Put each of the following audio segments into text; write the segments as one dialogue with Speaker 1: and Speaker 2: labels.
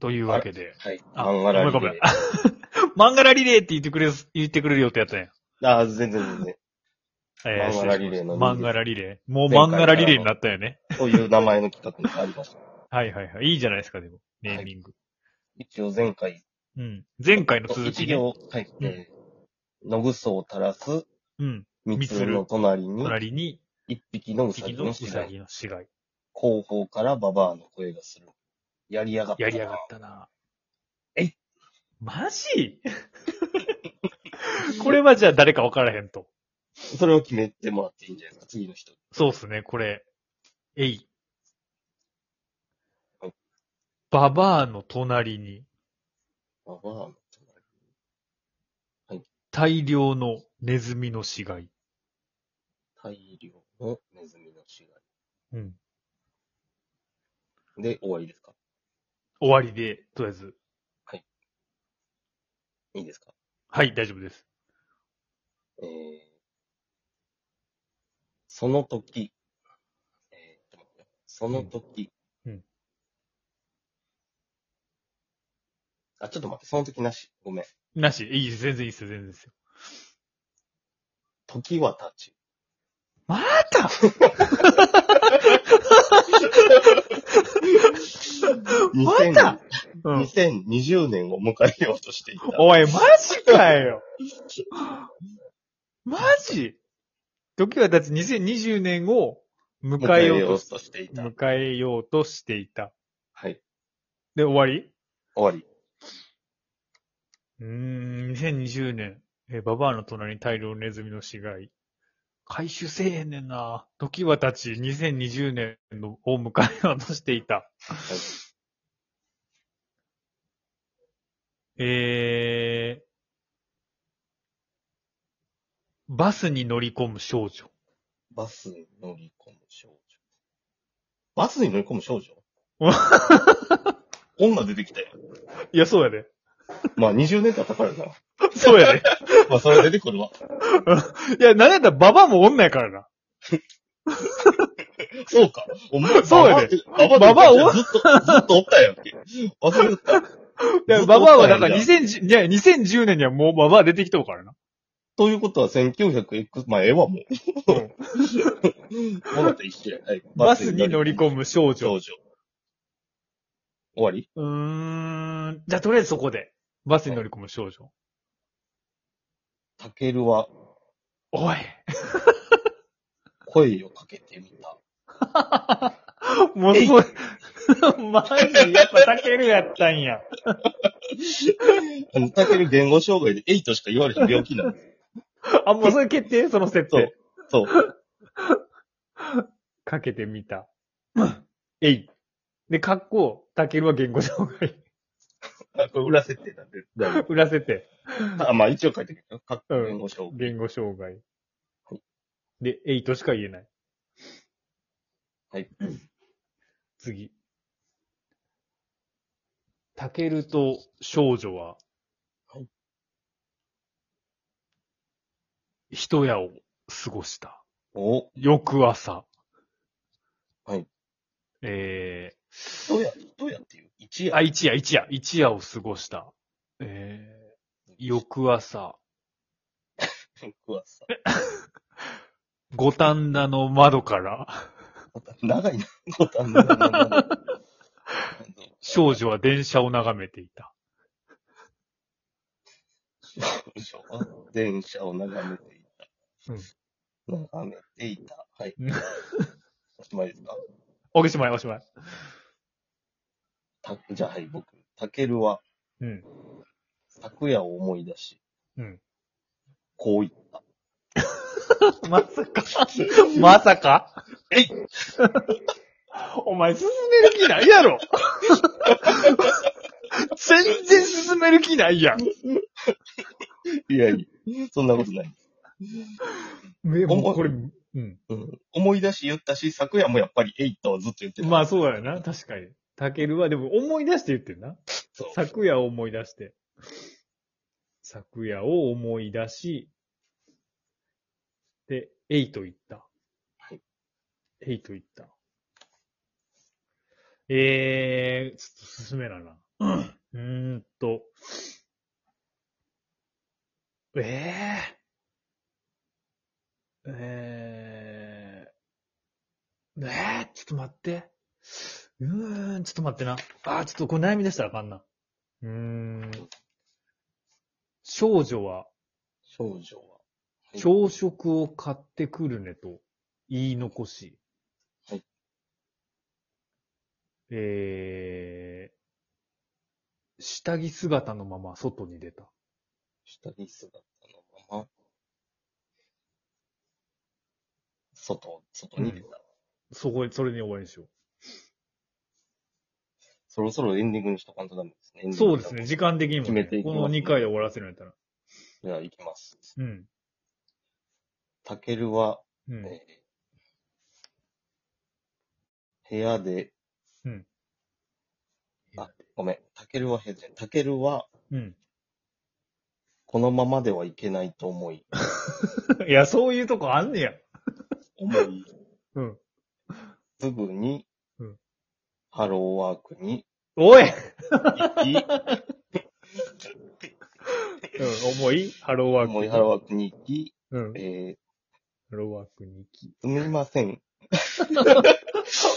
Speaker 1: というわけで。
Speaker 2: はい。
Speaker 1: あ
Speaker 2: 漫画ラリーで
Speaker 1: ごめんごめん 漫画ラリレーって言ってくれ、言ってくれるよってやったね。
Speaker 2: あー、全然全然。
Speaker 1: え
Speaker 2: 漫画ラリレーの
Speaker 1: 漫画ラリレー。もう
Speaker 2: 前回
Speaker 1: 漫画ラリレーになったよね。
Speaker 2: という名前の企画がありました。
Speaker 1: はいはいはい。いいじゃないですか、でも。ネーミング。
Speaker 2: 一応前回、
Speaker 1: うん。前回の続き
Speaker 2: 一
Speaker 1: ね。
Speaker 2: 行書いて、のぐそを垂らす、
Speaker 1: うん。
Speaker 2: みつるの隣に、
Speaker 1: 隣に、
Speaker 2: 一匹のう
Speaker 1: 一
Speaker 2: さぎ
Speaker 1: 匹の
Speaker 2: の
Speaker 1: ウ
Speaker 2: 死
Speaker 1: サ
Speaker 2: 骸。
Speaker 1: ギの死骸。
Speaker 2: 後方からババアの声がする。やりやがった。
Speaker 1: やりやがったな。
Speaker 2: えい
Speaker 1: マジ これはじゃあ誰か分からへんと。
Speaker 2: それを決めてもらっていいんじゃないですか、次の人。
Speaker 1: そうっすね、これ。えい
Speaker 2: はい。
Speaker 1: ババアの隣に
Speaker 2: ババアの隣。
Speaker 1: 大量のネズミの死骸。
Speaker 2: 大量のネズミの死
Speaker 1: うん。
Speaker 2: 骸。で、終わりですか
Speaker 1: 終わりで、とりあえず。
Speaker 2: いいですか
Speaker 1: はい、大丈夫です。
Speaker 2: えー、その時、えー、ちょっと待ってよその時、
Speaker 1: うんうん
Speaker 2: あ、ちょっと待って、その時なし。ごめん。
Speaker 1: なし、いいです、全然いいですよ、全然いいですよ。
Speaker 2: 時は経ち。
Speaker 1: またまたうん。
Speaker 2: 2020年を迎えようとしていた。
Speaker 1: おい、マジかよ。 マジ時はだって2020年を迎えようとし
Speaker 2: としていた。
Speaker 1: 迎えようとしていた。
Speaker 2: はい。
Speaker 1: で、終わり
Speaker 2: 終わ
Speaker 1: うーん、2020年、えーババアの隣に大量ネズミの死骸。回収せえへんねんな。時はたち2020年のを迎えようとしていた。えー、バスに乗り込む少女。
Speaker 2: り。バスに乗り込む少女。バスに乗り込む少女女出 てきたよ。
Speaker 1: いや、そうやで。
Speaker 2: まあ20年経ったからな。
Speaker 1: そうやで。
Speaker 2: まあそれ出てくるわ。
Speaker 1: いや、なんやったらババアも女やからな。
Speaker 2: そうか。お前、
Speaker 1: そうやね
Speaker 2: バ
Speaker 1: バ
Speaker 2: ババ
Speaker 1: バ
Speaker 2: バ
Speaker 1: ア
Speaker 2: ずっと、ずっとおったやんけ。忘れた。
Speaker 1: いや、
Speaker 2: ずっと
Speaker 1: ババアはだ
Speaker 2: おった
Speaker 1: から
Speaker 2: んや
Speaker 1: 2010、いや、2010年にはもうババア出てきとうからな。
Speaker 2: ということは 1900X、まあ、ええわ、もう。 もろと一緒や。はい。
Speaker 1: バスに乗り込
Speaker 2: む
Speaker 1: む少
Speaker 2: 少
Speaker 1: 女。
Speaker 2: 女。終わり
Speaker 1: うーん。じゃあ、とりあえずそこで。バスに乗り込む少女。
Speaker 2: タケルは
Speaker 1: おい。
Speaker 2: 声をかけてみた。
Speaker 1: もうすごい。 マジ、やっぱタケルやったんや。
Speaker 2: あの、タケル言語障害でエイトしか言われへん病気なの。
Speaker 1: あ、もうそれ決定その設
Speaker 2: そう
Speaker 1: 定。。
Speaker 2: そう。
Speaker 1: かけてみた。えい。で、格好、タケルは言語障害。
Speaker 2: あこれ裏設定なんで。だいぶ
Speaker 1: 裏設定。
Speaker 2: あ、まあ一応書いてるけど、か
Speaker 1: うん
Speaker 2: 言語障害。
Speaker 1: 言語障害。で、エイトしか言えない。
Speaker 2: はい。
Speaker 1: 次。タケルと少女は
Speaker 2: はい、
Speaker 1: 一夜を過ごした。
Speaker 2: お、
Speaker 1: 翌朝。
Speaker 2: はい。
Speaker 1: え
Speaker 2: どうや、どうやっていう一
Speaker 1: ー、
Speaker 2: 夜。
Speaker 1: あ、一夜、一夜、一夜を過ごした。えー、翌朝、
Speaker 2: 翌朝。
Speaker 1: 五反田の窓から、
Speaker 2: 長いな、五反田の窓。
Speaker 1: 少女は電車を眺めていた。
Speaker 2: 少女は電車を眺めていた。
Speaker 1: うん
Speaker 2: 眺めていた。はい
Speaker 1: うん。
Speaker 2: おしまいですか
Speaker 1: おしまい、おしまい。
Speaker 2: たじゃあはい、僕。たけるは
Speaker 1: うん。
Speaker 2: 昨夜を思い出し、
Speaker 1: うん。
Speaker 2: こう言った。
Speaker 1: まさか。 まさか
Speaker 2: えい
Speaker 1: お前進める気ないや ろ全然進める気ないやん。
Speaker 2: いやいや、そんなことない。
Speaker 1: もうこれ、うん。
Speaker 2: うん、思い出し言ったし、昨夜もやっぱりえいとはずっと言ってた。
Speaker 1: まあそうだよな、確かに。タケルはでも思い出して言ってるな。
Speaker 2: そう
Speaker 1: 昨夜を思い出して。昨夜を思い出し、で、エイと言った
Speaker 2: はい。
Speaker 1: エイと言った。えー、ちょっと進めなな。うーんと。えええー、えー、ちょっと待って。うーん、ちょっと待ってな。あー、ちょっとこれ悩み出したらあかんな。うーん。少女は
Speaker 2: 少女は。はい
Speaker 1: 朝食を買ってくるねと言い残し。
Speaker 2: はい。
Speaker 1: えー、下着姿のまま外に出た。
Speaker 2: 下着姿のまま、外、外に出た。
Speaker 1: そこ、それで終わりにしよ
Speaker 2: そろそろエンディングにしとかんとダメですね。エン
Speaker 1: う。
Speaker 2: ディン
Speaker 1: そ
Speaker 2: グ
Speaker 1: うですね、時間的にも、
Speaker 2: 決め
Speaker 1: ね。
Speaker 2: ていきま
Speaker 1: こ
Speaker 2: すね
Speaker 1: の2回で終わらせるんやったら。
Speaker 2: じゃあ行きます。
Speaker 1: うん。
Speaker 2: たけるは、
Speaker 1: うん。
Speaker 2: えー部屋で、あごめん、たけるは部屋で、たけるは、
Speaker 1: うん。
Speaker 2: このままではいけないと思い、
Speaker 1: いや、そういうとこあんねや。
Speaker 2: 思い、
Speaker 1: うん。
Speaker 2: すぐに、
Speaker 1: うん
Speaker 2: ハローワークに
Speaker 1: おい、
Speaker 2: 行き、
Speaker 1: うん、重いハローワーク。
Speaker 2: 思いハローワークに行き、
Speaker 1: うん。ハ
Speaker 2: え
Speaker 1: ローワークに行き。
Speaker 2: ー、すみません。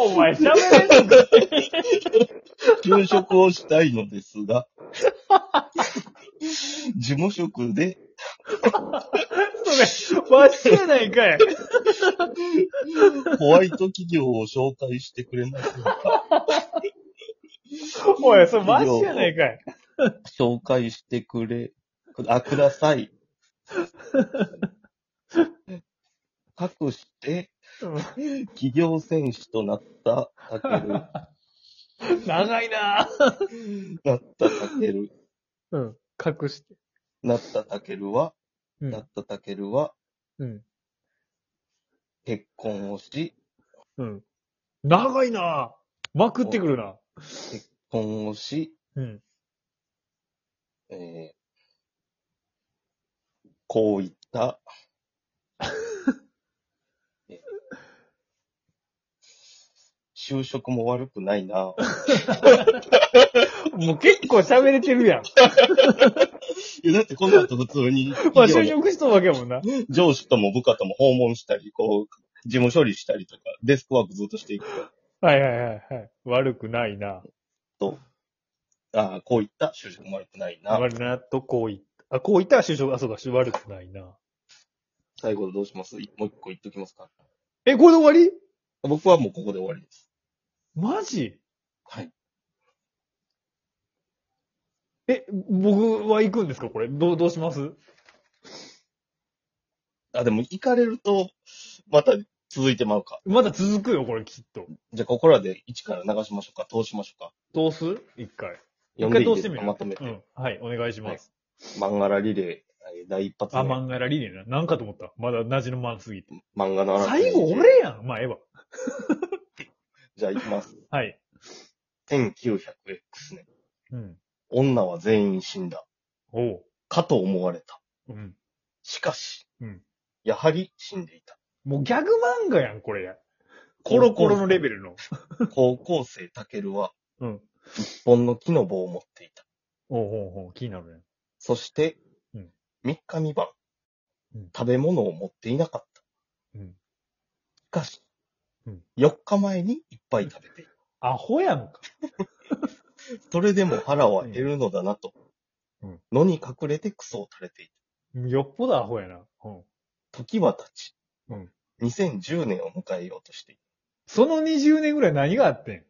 Speaker 1: お前喋れんのか
Speaker 2: 休職をしたいので すが、事務職で、
Speaker 1: それ、わしやないかい。
Speaker 2: ホワイト企業を紹介してくれませんか
Speaker 1: おい、それマジやないかい。
Speaker 2: 紹介してくれ、あ、ください。かくして、企業戦士となったたける、
Speaker 1: 長いなぁ。
Speaker 2: なったたける、
Speaker 1: うん。隠して。
Speaker 2: なったたけるは、
Speaker 1: う
Speaker 2: なったたけるは、
Speaker 1: うん。
Speaker 2: 結婚をし、
Speaker 1: うん。長いなぁ。まくってくるな。
Speaker 2: 婚をし、
Speaker 1: うん。
Speaker 2: えーこうい った、えー就職も悪くないな。
Speaker 1: もう結構喋れてるやん。
Speaker 2: いや、だってこの後普通 に、
Speaker 1: まあ、就職しとるわけやもんな。
Speaker 2: 上司とも部下とも訪問したり、こう、事務処理したりとか、デスクワークずっとしていく
Speaker 1: はいはいはいはい。悪くないな。
Speaker 2: と、ああ、こういった就職も悪くないな。
Speaker 1: 悪くないなと、こういった。あ、こういったら就職、あ、そうか、悪くないな。
Speaker 2: 最後どうしますいもう一個言っときますか
Speaker 1: え、これで終わり
Speaker 2: 僕はもうここで終わりです。
Speaker 1: マジ
Speaker 2: はい。
Speaker 1: え、僕は行くんですかこれ。どう、どうします
Speaker 2: あ、でも行かれると、また続いてまうか。
Speaker 1: まだ続くよ、これ、きっと。
Speaker 2: じゃあ、ここらで1から流しましょうか。通しましょうか。
Speaker 1: 通す一回。
Speaker 2: 読
Speaker 1: 一回
Speaker 2: んでいい
Speaker 1: 通し
Speaker 2: で
Speaker 1: て
Speaker 2: す
Speaker 1: み
Speaker 2: か
Speaker 1: る
Speaker 2: まとめて。
Speaker 1: うん。はい、お願いします。
Speaker 2: 漫画らリレー、えー第一発目。
Speaker 1: あ、漫画らリレーな。なんかと思った。まだ馴染まんすぎて。
Speaker 2: 漫画のあら
Speaker 1: 最後俺やんまあ、ええわ。
Speaker 2: じゃあ、行きます。
Speaker 1: はい。
Speaker 2: 1900X 年。
Speaker 1: うん。
Speaker 2: 女は全員死んだ。
Speaker 1: おう。
Speaker 2: かと思われた。
Speaker 1: うん。
Speaker 2: しかし、
Speaker 1: うん
Speaker 2: やはり死んでいた。
Speaker 1: もうギャグ漫画やん、これ。コロコロのレベルの。
Speaker 2: ル。高校生タケルは、
Speaker 1: うん。
Speaker 2: 日本の木の棒を持っていた。
Speaker 1: おうおうおう、気になるね。
Speaker 2: そして、
Speaker 1: うん
Speaker 2: 3日三晩
Speaker 1: うん、
Speaker 2: 食べ物を持っていなかった。
Speaker 1: うん。
Speaker 2: しかし、
Speaker 1: うん
Speaker 2: 4日前にいっぱい食べていた。
Speaker 1: アホやんか。
Speaker 2: それでも腹は減るのだなと。
Speaker 1: うん
Speaker 2: 野に隠れてクソを垂れていた。
Speaker 1: よっぽどアホやな。うん。
Speaker 2: 時は経ち。
Speaker 1: うん
Speaker 2: 2010年を迎えようとしてい
Speaker 1: その20年ぐらい何があってん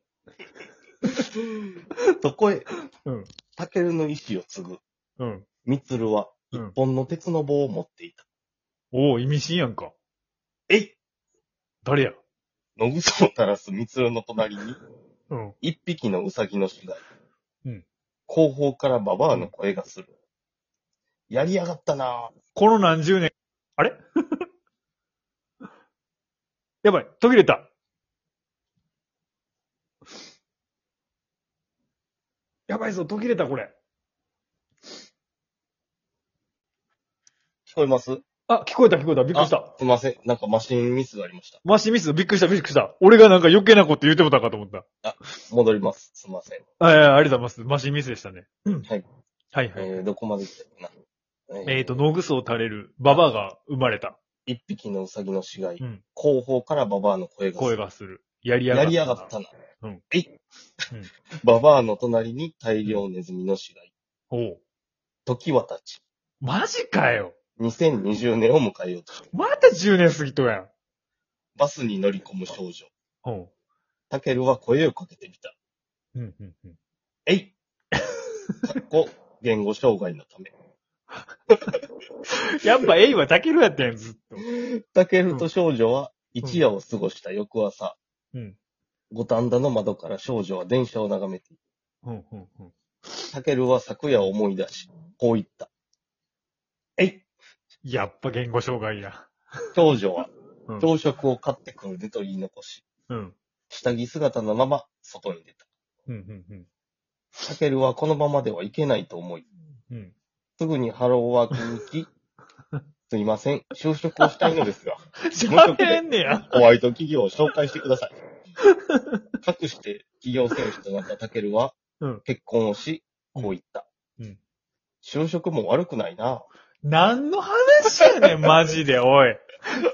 Speaker 2: た。そこへ、
Speaker 1: うん。
Speaker 2: タケルの意志を継ぐ。
Speaker 1: うん。
Speaker 2: ミツルは、
Speaker 1: う
Speaker 2: 一
Speaker 1: ん
Speaker 2: 本の鉄の棒を持っていた。
Speaker 1: おう、意味深やんか。
Speaker 2: えい
Speaker 1: 誰や
Speaker 2: 野草を垂らすミツルの隣に、
Speaker 1: うん。
Speaker 2: 一匹のウサギの死骸。
Speaker 1: うん
Speaker 2: 後方からババアの声がする。やりやがったなぁ。
Speaker 1: この何十年、あれ やばい、途切れた。やばいぞ、途切れた、これ。
Speaker 2: 聞こえます
Speaker 1: あ、聞こえた聞こえた。びっくりした。
Speaker 2: すいません。なんかマシンミスがありました。
Speaker 1: マシミス、びっくりしたびっくりした。俺がなんか余計なこと言うてもたかと思った。
Speaker 2: 戻ります。すいません。
Speaker 1: あいやありがとうございます。マシンミスでしたね。うん
Speaker 2: はい。
Speaker 1: はいはい。
Speaker 2: えー、どこまで来たかな。
Speaker 1: えっ、と、ノグソを垂れる、ババアが生まれた。
Speaker 2: 一匹のウサギの死骸。
Speaker 1: うん
Speaker 2: 後方からババアの声がす
Speaker 1: 声
Speaker 2: る。
Speaker 1: がする。やりやがっ
Speaker 2: や
Speaker 1: た。
Speaker 2: りやがったな。
Speaker 1: うん
Speaker 2: えい、
Speaker 1: うん
Speaker 2: ババアの隣に大量ネズミの死骸。
Speaker 1: おう。
Speaker 2: 時はたち。
Speaker 1: マジかよ。
Speaker 2: 2020年を迎えようとしている。
Speaker 1: また10年過ぎとやん。
Speaker 2: バスに乗り込む少女。
Speaker 1: おう。
Speaker 2: タケルは声をかけてみた。
Speaker 1: うんうんうん。
Speaker 2: え いかっこ、言語障害のため。
Speaker 1: やっぱエイはタケルやったやん、ずっと。
Speaker 2: タケルと少女は一夜を過ごした翌朝。
Speaker 1: うん。
Speaker 2: 五反田の窓から少女は電車を眺めている
Speaker 1: うんうんうん。
Speaker 2: タケルは昨夜を思い出し、こう言った。えい
Speaker 1: やっぱ言語障害や。
Speaker 2: 少女は
Speaker 1: うん
Speaker 2: 朝食を買ってくるでと言い残し、
Speaker 1: うん。
Speaker 2: 下着姿のまま外に出た。
Speaker 1: うんうんうん。
Speaker 2: タケルはこのままではいけないと思い、
Speaker 1: うん。
Speaker 2: すぐにハローワークに行 き、すいません、就職をしたいのですが、
Speaker 1: 喋んねや。
Speaker 2: ホワイト企業を紹介してく ださい。かくして企業選手となったタケルは
Speaker 1: うん、
Speaker 2: 結婚をし、こう言った。
Speaker 1: うん
Speaker 2: 就職も悪くないな。
Speaker 1: 何の話やねん、マジで、おい。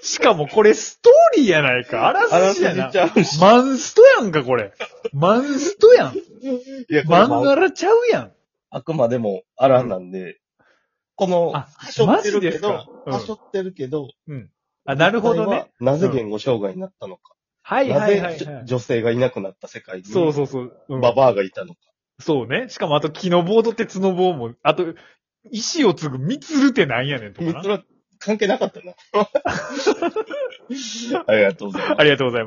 Speaker 1: しかもこれストーリーやないか。あらすじやな
Speaker 2: ち。ゃうし。
Speaker 1: マンストやんか、これ。マンストや ん。
Speaker 2: いや、これ
Speaker 1: マン
Speaker 2: まあ
Speaker 1: ガラちゃうやん。
Speaker 2: あくまでもアランなんで、この、
Speaker 1: あ
Speaker 2: はしょってる
Speaker 1: マジで
Speaker 2: け
Speaker 1: すか
Speaker 2: ど、
Speaker 1: うん
Speaker 2: はしょってるけど、
Speaker 1: あ、なるほどね。。
Speaker 2: なぜ言語障害になったのか。
Speaker 1: はいはいは、
Speaker 2: ないぜ
Speaker 1: はい
Speaker 2: 女。女性がいなくなった世界に、
Speaker 1: そうそうそう。うん
Speaker 2: ババアがいたのか。
Speaker 1: そうね。しかもあと木の棒と鉄の棒も、あと、石を継ぐミツルってなんやねんとかな
Speaker 2: 三 つ。は関係なかったな。ありがとうございます。
Speaker 1: ありがとうございます。